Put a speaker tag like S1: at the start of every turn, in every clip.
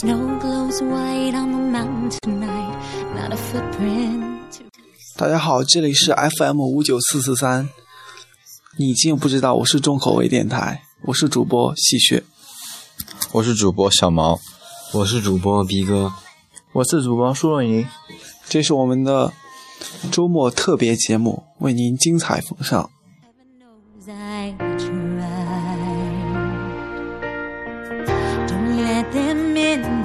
S1: Snow glows white on the mountain tonight, not a footprint to
S2: 大家好，这里是 FM 五九四四三。你已经不知道我是重口味电台，我是主播戏谑。
S3: 我是主播小毛，
S4: 我是主播逼哥，
S5: 我是主播苏若莹，
S2: 这是我们的周末特别节目，为您精彩奉上。
S1: heaven knows I tried. Don't let them in,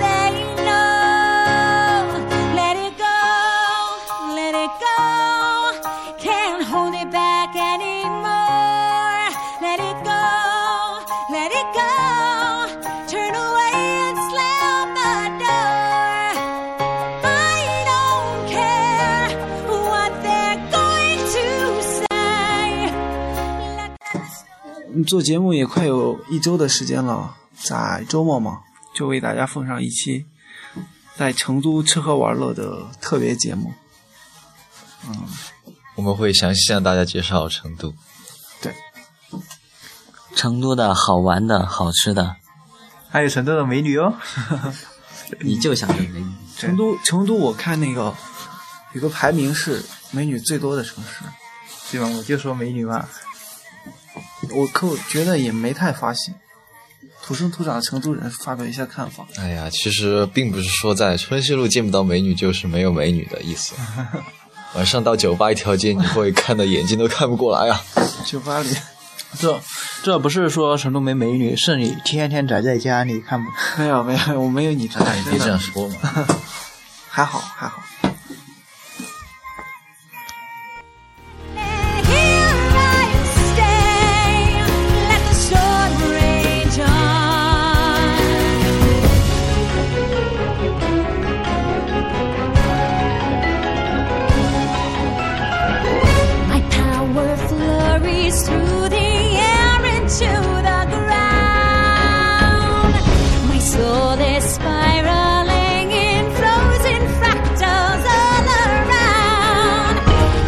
S1: they know. Let it go, let it go. Can't hold it back anymore. Let it go, let it go. Turn away and slam the door. I don't care what they're going to say. Let
S2: 做节目也快有一周的时间了，在周末嘛，就为大家奉上一期在成都吃喝玩乐的特别节目。
S3: 我们会详细向大家介绍成都。
S4: 成都的好玩的好吃的，
S5: 还有成都的美女哦。
S4: 你就想着美女，
S2: 成都，成都，我看那个有个排名是美女最多的城市。
S5: 对吧？我就说美女嘛，
S2: 我可我觉得也没太发现。土生土长的成都人发表一下看法。
S3: 哎呀，其实并不是说在春熙路见不到美女就是没有美女的意 思。晚上到酒吧一条街，你会看的眼睛都看不过来啊！
S2: 酒吧里，
S5: 这这不是说成都没美女，是你天天宅在家里看不。
S2: 没有没有，我没有你 宅，
S3: 你别这样说嘛。
S2: 还好还好。
S1: Here I stay. Let the storm rage on. My power flurries through the air into the ground. My soul is spiraling in frozen fractals all around.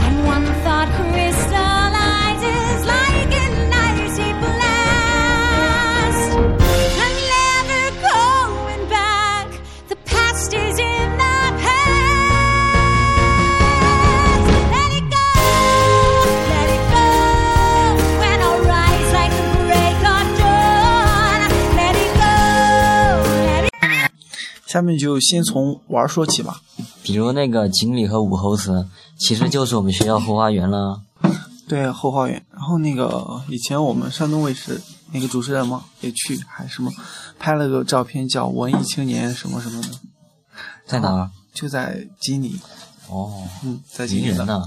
S1: And one thought crystallizes like an icy blast. I'm never going back. The past is in the past. Let it go, let it go. When I rise like the break of dawn, let it go, let it
S2: 下面就先从玩儿说起吧。
S4: 比如那个锦鲤和武侯祠，其实就是我们学校后花园了。
S2: 对，后花园。然后那个以前我们山东卫视那个主持人嘛，也去还什么，拍了个照片叫《文艺青年》什么什么的，
S4: 在哪儿？
S2: 就在济宁，
S4: 哦，
S2: 嗯，在济
S4: 迷
S2: 宁
S4: 人 呐！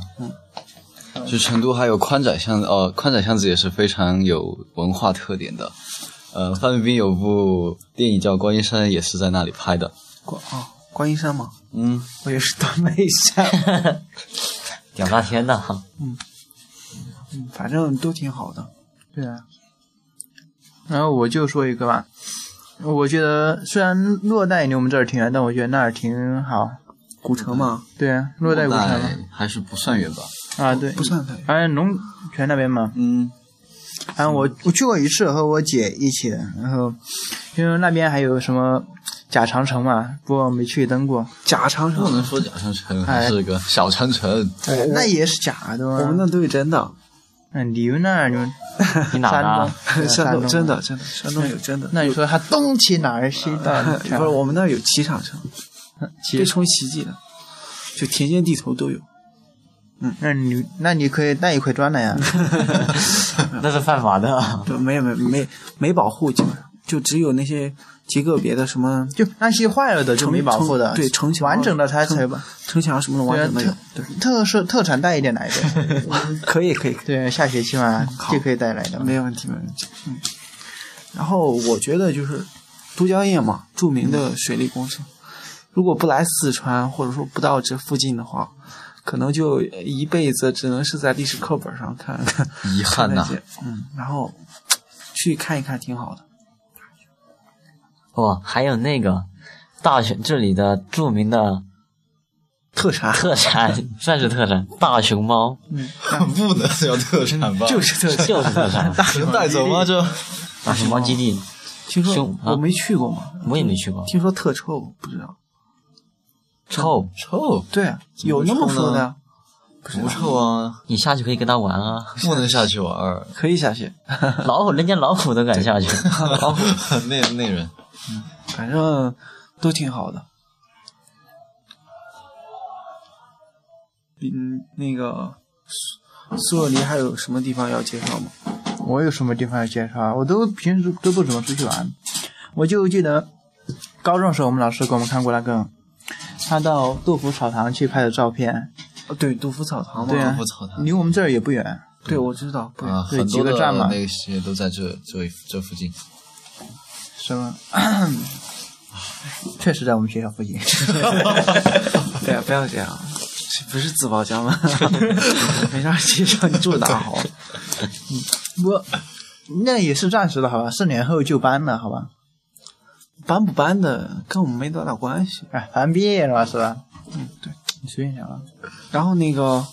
S3: 就成都还有宽窄巷子，哦，宽窄巷子也是非常有文化特点的。呃，范冰冰有部电影叫《观音山》，也是在那里拍的。
S2: 观啊观音山嘛，
S3: 嗯，
S2: 我以为是断背 山，
S4: 屌炸天呐！
S2: 嗯反正都挺好的。
S5: 对啊。然后我就说一个吧，我觉得虽然洛带离我们这儿挺远，但我觉得那儿挺好。
S2: 古城嘛，
S5: 对啊，洛带古城嘛
S3: 还是不算远吧？
S5: 啊，对，
S2: 不算太远。
S5: 反正龙泉那边嘛，
S3: 嗯，
S5: 然后我我去过一次，和我姐一起的，然后因为那边还有什么假长城嘛，不过我没去登过，
S2: 假长
S3: 不
S2: 城，
S3: 能说假长城，
S5: 哎
S3: 还是个小长城。
S5: 对，那也是假的嘛。
S2: 我们那都是真的，
S5: 嗯，你们那儿你们
S4: 你哪儿 的
S5: 山东？
S2: 山东真
S5: 的，
S2: 的真的，山东有真的。
S5: 那你说它东起哪儿西到 哪儿？
S2: 不是我们那儿有骑长城，
S5: 其
S2: 被
S5: 实，
S2: 称为奇迹的，就田间地头都有。
S5: 那你那你可以那也可以 装的呀。
S4: 那是犯法的。
S2: 对，没有没有没没保护，基本上就只有那些极个别的什么
S5: 就那些坏了的就
S2: 城
S5: 没保护的，
S2: 城对城墙
S5: 完整的它才
S2: 城
S5: 吧。
S2: 城墙什么的完整的有。对，
S5: 特色特产带一点来的，
S2: 可以可以，
S5: 对，下学期嘛
S2: 好
S5: 就可以带来的嘛。
S2: 没有问题没有问题。嗯，然后我觉得就是都江堰嘛，著名的水利工程，如果不来四川或者说不到这附近的话。可能就一辈子只能是在历史课本上看，
S3: 遗憾
S2: 看
S3: 呐、
S2: 那些嗯，然后去看一看挺好的。
S4: 哦，还有那个大学这里的著名的
S2: 特产，
S4: 特产算是特产，大熊猫
S3: 不能叫特产 吧？
S2: 就是特 产。
S4: 就是特产，
S3: 能带走吗？这
S4: 大熊猫基地
S2: 听说
S4: 熊啊
S2: 我没去过嘛，
S4: 我也没去过，
S2: 听说特臭，不知道。
S4: 臭，
S3: 臭
S2: 对啊，有那么
S3: 会臭
S2: 说的啊呀，
S3: 不臭啊？
S4: 你下去可以跟它玩啊，
S3: 不能下去玩儿，
S2: 可以下去。
S4: 老虎人家老虎都敢下去，
S3: 那那人
S2: 反正都挺好的。嗯，那个苏苏若离还有什么地方要介绍吗？
S5: 我有什么地方要介绍啊？我都平时都不怎么出去玩，我就记得高中的时候，我们老师给我们看过那个他到杜甫草堂去拍的照片，
S2: 哦，对，杜甫草堂嘛。
S5: 对啊
S3: 不草堂
S5: 离我们这儿也不远。
S2: 对我知道。不
S3: 啊，
S5: 对
S3: 很
S5: 几
S3: 多
S5: 个
S3: 的
S5: 站嘛
S3: 那些都在这这这附近。
S5: 什 么？确实在我们学校附近。
S2: 对 啊，不要这样，这不是自报家 门，没啥介绍，你住哪好？
S5: 我那也是暂时的，好吧？四年后就搬了，好吧？
S2: 搬不搬的跟我们没多大关系。
S5: 哎，反正毕业了嘛，是吧？嗯，对，你随便聊了。
S2: 然后那个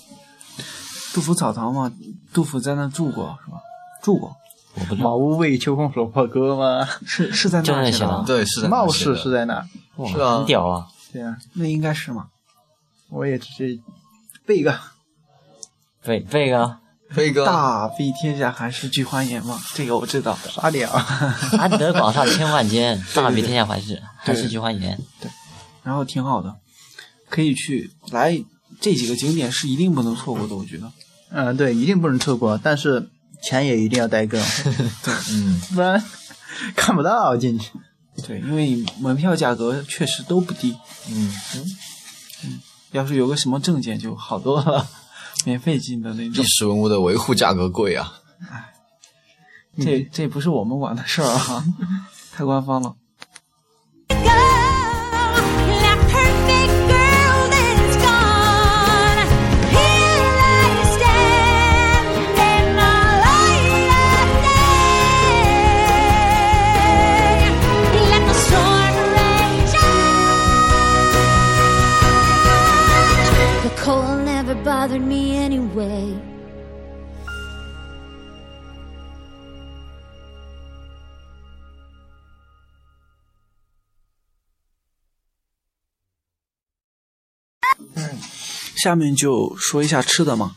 S2: 杜甫草堂嘛，杜甫在那住过是吧？住过，
S4: 我不知道
S5: 茅，屋为秋风所破歌 吗？
S2: 是是在那
S4: 就
S2: 儿
S4: 那
S2: 写
S4: 写
S2: 的
S4: 的
S2: 吗？
S3: 对，是在
S5: 貌似是
S3: 在
S5: 在那。
S4: 哇
S3: 是啊
S4: 很屌啊，
S5: 对啊，
S2: 那应该是嘛。
S5: 我也只是背一个。
S4: 对，这个
S3: 飞哥
S2: 大庇天下寒士俱欢颜嘛，这个我知道。
S5: 傻屌！
S4: 安得广厦千万间，大庇天下寒士，寒
S2: 对
S4: 士俱欢颜。
S2: 然后挺好的，可以去来这几个景点是一定不能错过的，我觉得。
S5: 嗯，对，一定不能错过，但是钱也一定要带够，
S3: 嗯，
S5: 不然看不到进去。
S2: 对，因为门票价格确实都不低。嗯
S3: 嗯
S2: 要是有个什么证件就好多了， 免费进的那
S3: 历
S2: 种。
S3: 史文物的维护价格贵啊。
S2: 这这不是我们管的事儿啊， 太官方了。
S1: That perfect girl is gone. Here I stand in the light of day. Let the storm rage on. The cold never bothered me anyway.
S2: 下面就说一下吃的嘛。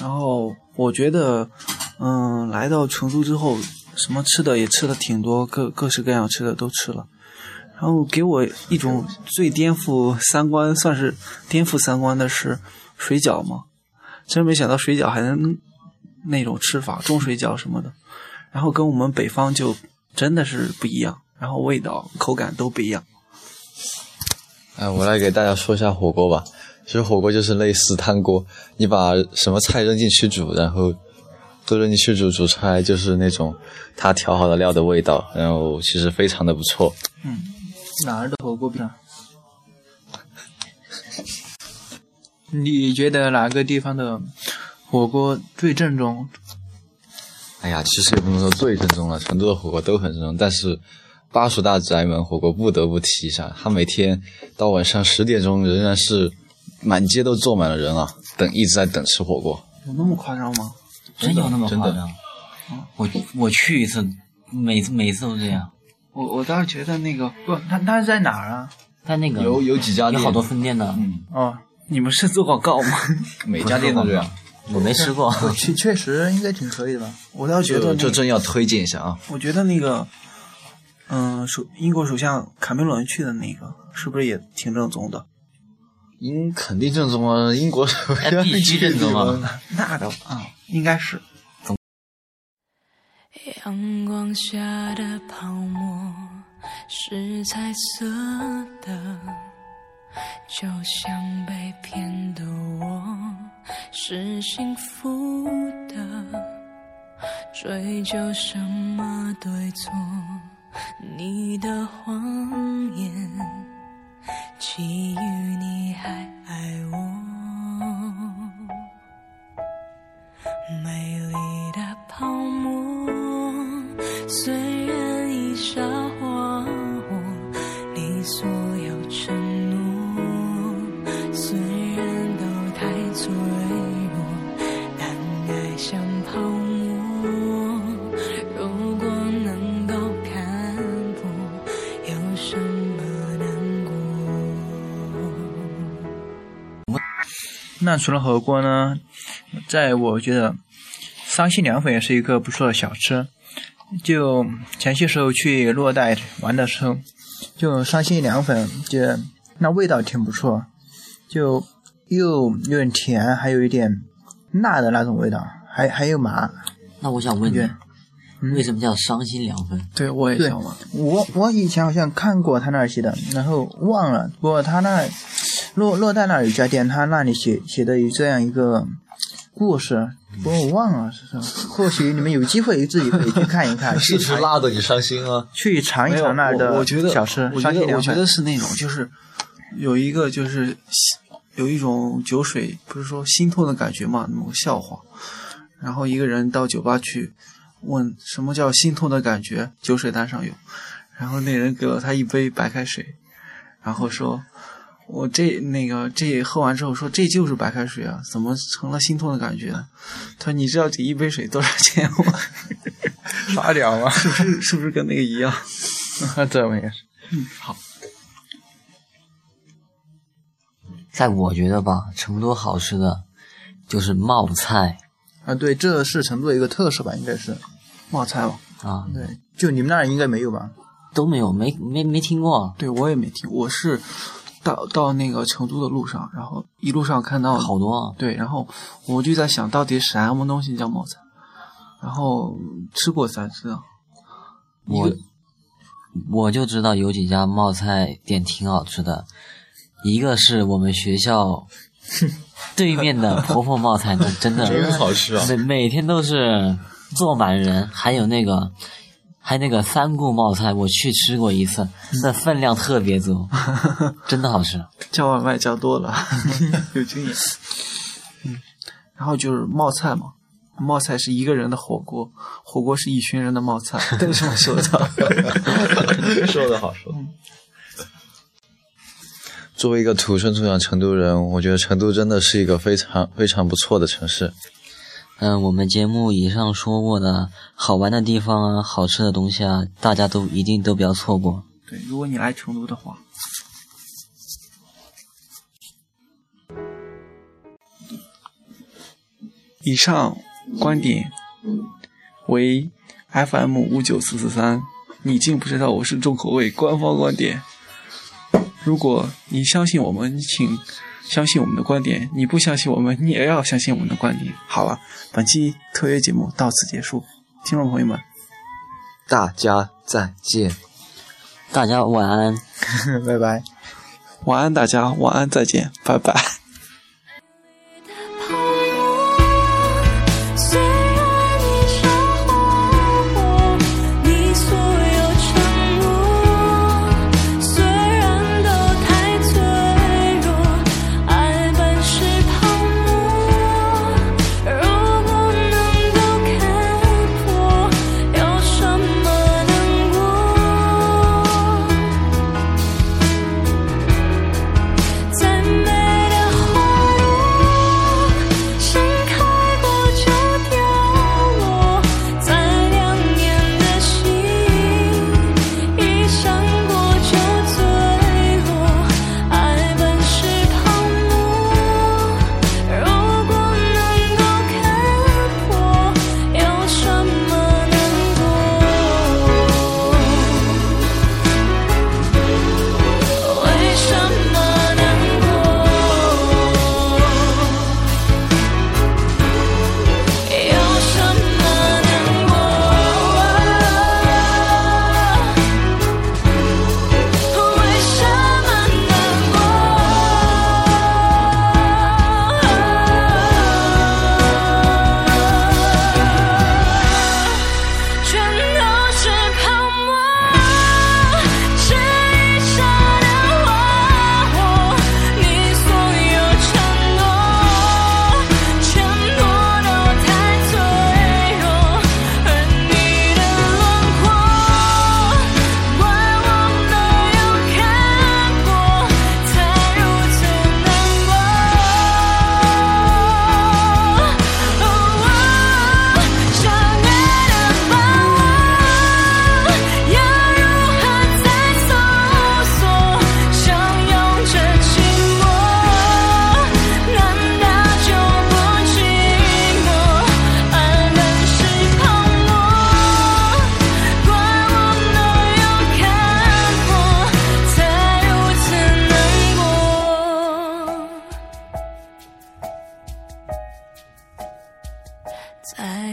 S2: 然后我觉得，嗯，来到成都之后，什么吃的也吃了挺多，各各式各样吃的都吃了。然后给我一种最颠覆三观，算是颠覆三观的是水饺嘛。真没想到水饺还能那种吃法，中水饺什么的。然后跟我们北方就真的是不一样，然后味道、口感都不一样。
S3: 哎，我来给大家说一下火锅吧。其实火锅就是类似汤锅，你把什么菜扔进去煮，然后都扔进去煮，煮出来就是那种它调好的料的味道，然后其实非常的不错。
S5: 哪儿的火锅 不上？你觉得哪个地方的火锅最正宗？
S3: 哎呀，其实也不能说最正宗了，成都的火锅都很正宗，但是巴蜀大宅门火锅不得不提一下，它每天到晚上十点钟仍然是满街都坐满了人啊，等一直在等吃火锅。
S2: 有那么夸张吗？
S4: 真有那么
S3: 真
S4: 夸
S3: 的
S4: 张？我我去一次，每次每次都这样。
S2: 我我倒是觉得那个
S5: 不，他他是在哪儿啊？
S4: 但那个
S3: 有有几家
S4: 有嗯
S3: 店，
S4: 好多分店呢，
S5: 哦，
S2: 你们是做广告吗？
S3: 每家店都这样。
S4: 我没吃过。
S5: 确确实应该挺可以的吧？
S2: 我倒觉
S3: 这
S2: 得那
S3: 这真要推荐一下啊！
S2: 我觉得那个，嗯，首英国首相卡梅伦去的那个，是不是也挺正宗的？
S3: 英肯定正宗啊，英国首
S4: 哎必须正宗啊！
S2: 那倒啊，应该是。
S6: 阳光下的泡沫是彩色的，就像被骗的我是幸福的，追究什么对错？你的谎言，基于你还爱我。美丽的泡沫，虽然已沙化我，你所有承诺
S5: 那除了火锅呢，在我觉得沙县凉粉也是一个不错的小吃。就前些时候去洛带玩的时候，就沙县凉粉，就那味道挺不错，就又有点甜，还有一点辣的那种味道，还还有麻。
S4: 那我想问
S5: 对
S4: 你，为什么叫伤心凉粉？
S2: 对，我也
S5: 对
S2: 想问。
S5: 我我以前好像看过他那儿写的，然后忘了。不过他那洛洛带那儿有家店，他那里写写的有这样一个故事，不过我忘了是什么。或许你们有机会自己可以去看 一看，
S3: 是
S5: 去
S3: 不是
S5: 尝
S3: 辣的你伤心啊？
S5: 去尝一
S2: 没有，
S5: 尝那儿
S2: 我
S5: 的
S2: 我觉得
S5: 小吃。
S2: 我觉
S5: 沙县
S2: 得我
S5: 凉
S2: 觉
S5: 粉
S2: 得是那种，就是有一个就是有一种酒水，不是说心痛的感觉嘛，那种笑话。然后一个人到酒吧去问什么叫心痛的感觉，酒水单上有。然后那人给了他一杯白开水，然后说：“我这那个这喝完之后说这就是白开水啊，怎么成了心痛的感觉呢？”他说：“你知道这一杯水多少钱 吗？
S5: 沙雕 吗？
S2: 是不是是不是跟那个一样？”
S5: 这我也是。
S4: 在我觉得吧，成都好吃的就是冒菜
S5: 啊，对，这是成都的一个特色吧，应该是。
S2: 冒菜吗？
S4: 啊，
S5: 对，就你们那儿应该没 有吧？
S4: 都没有，没没没听过，
S2: 对我也没听，我是到到那个成都的路上，然后一路上看到
S4: 好多啊
S2: 对，然后我就在想到底什么东西叫冒菜，然后吃过才知道。
S4: 我我就知道有几家冒菜店挺好吃的，一个是我们学 校对面的婆婆冒菜，那真的
S3: 真好吃啊！
S4: 每每天都是坐满人，还有那个，还有那个三顾冒菜，我去吃过一次，
S3: 嗯
S4: 那分量特 别足，真的好吃。
S2: 叫外卖叫多了， 有经验。嗯，然后就是冒菜嘛，冒菜是一个人的火锅，火锅是一群人的冒菜，都是这么说的。
S3: 说的好，说的。作为一个土生土长成都人，我觉得成都真的是一个非常非常不错的城市。
S4: 嗯，我们节目以上说过的好玩的地方啊，好吃的东西啊，大家都一定都不要错过。
S2: 对，如果你来成都的话，以上观点为 FM 五九四四三，你竟不知道我是重口味官方观点。如果你相信我们，请相信我们的观点；你不相信我们，你也要相信我们的观点。好了，本期特约节目到此结束，听众朋友们，
S3: 大家再见。
S4: 大家晚安。
S5: 拜拜。
S2: 晚安，大家晚安，再见，拜拜。
S6: 泡沫，虽然你笑话我，你所有承诺，虽然都太脆弱，爱本是泡沫，如果能够看破，有什么难过？再美的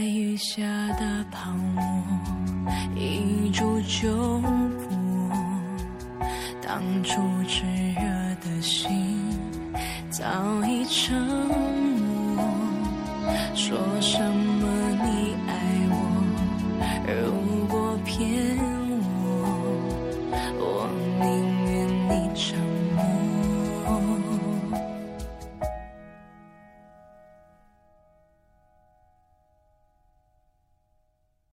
S6: 微下的泡沫，一触就破。当初炽热的心早已沉默，说什么？